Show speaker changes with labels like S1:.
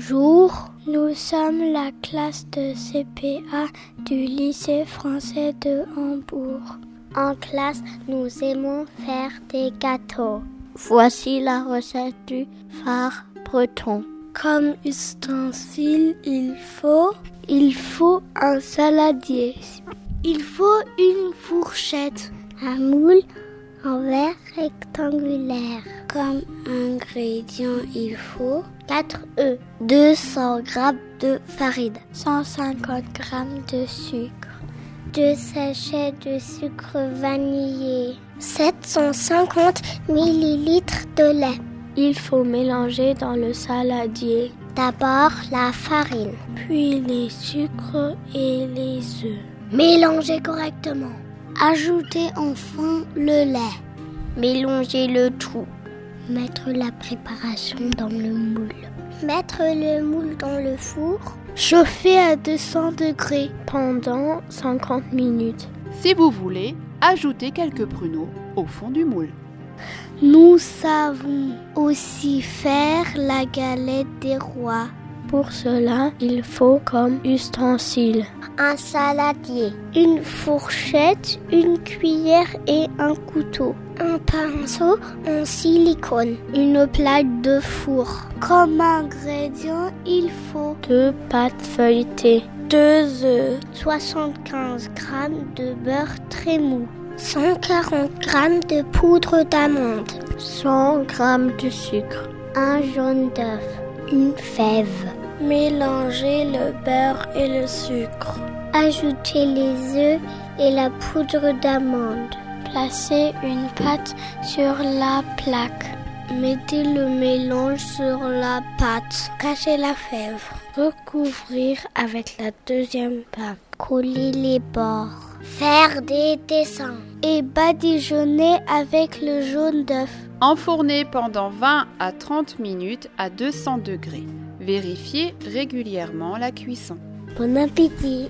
S1: Bonjour, nous sommes la classe de CPA du lycée français de Hambourg. En classe, nous aimons faire des gâteaux. Voici la recette du phare breton. Comme ustensile, il faut il faut un saladier. Il faut une fourchette, un moule en verre rectangulaire. Comme ingrédients, il faut 4 œufs, 200 g de farine, 150 g de sucre, 2 sachets de sucre vanillé, 750 ml de lait. Il faut mélanger dans le saladier. D'abord la farine, puis les sucres et les œufs. Mélangez correctement. Ajoutez enfin le lait. Mélangez le tout. Mettre la préparation dans le moule. Mettre le moule dans le four. Chauffer à 200 degrés pendant 50 minutes.
S2: Si vous voulez, ajoutez quelques pruneaux au fond du moule.
S1: Nous savons aussi faire la galette des rois. Pour cela, il faut comme ustensile un saladier, une fourchette, une cuillère et un couteau, un pinceau en silicone, une plaque de four. Comme ingrédients, il faut deux pâtes feuilletées, deux œufs, 75 g de beurre très mou. 140 g de poudre d'amande, 100 g de sucre, un jaune d'œuf, une fève. Mélangez le beurre et le sucre. Ajoutez les œufs et la poudre d'amande. Placez une pâte sur la plaque. Mettez le mélange sur la pâte. Cachez la fève. Recouvrir avec la deuxième pâte. Coller les bords. Faire des dessins. Et badigeonner avec le jaune d'œuf.
S2: Enfournez pendant 20 à 30 minutes à 200 degrés. Vérifiez régulièrement la cuisson.
S1: Bon appétit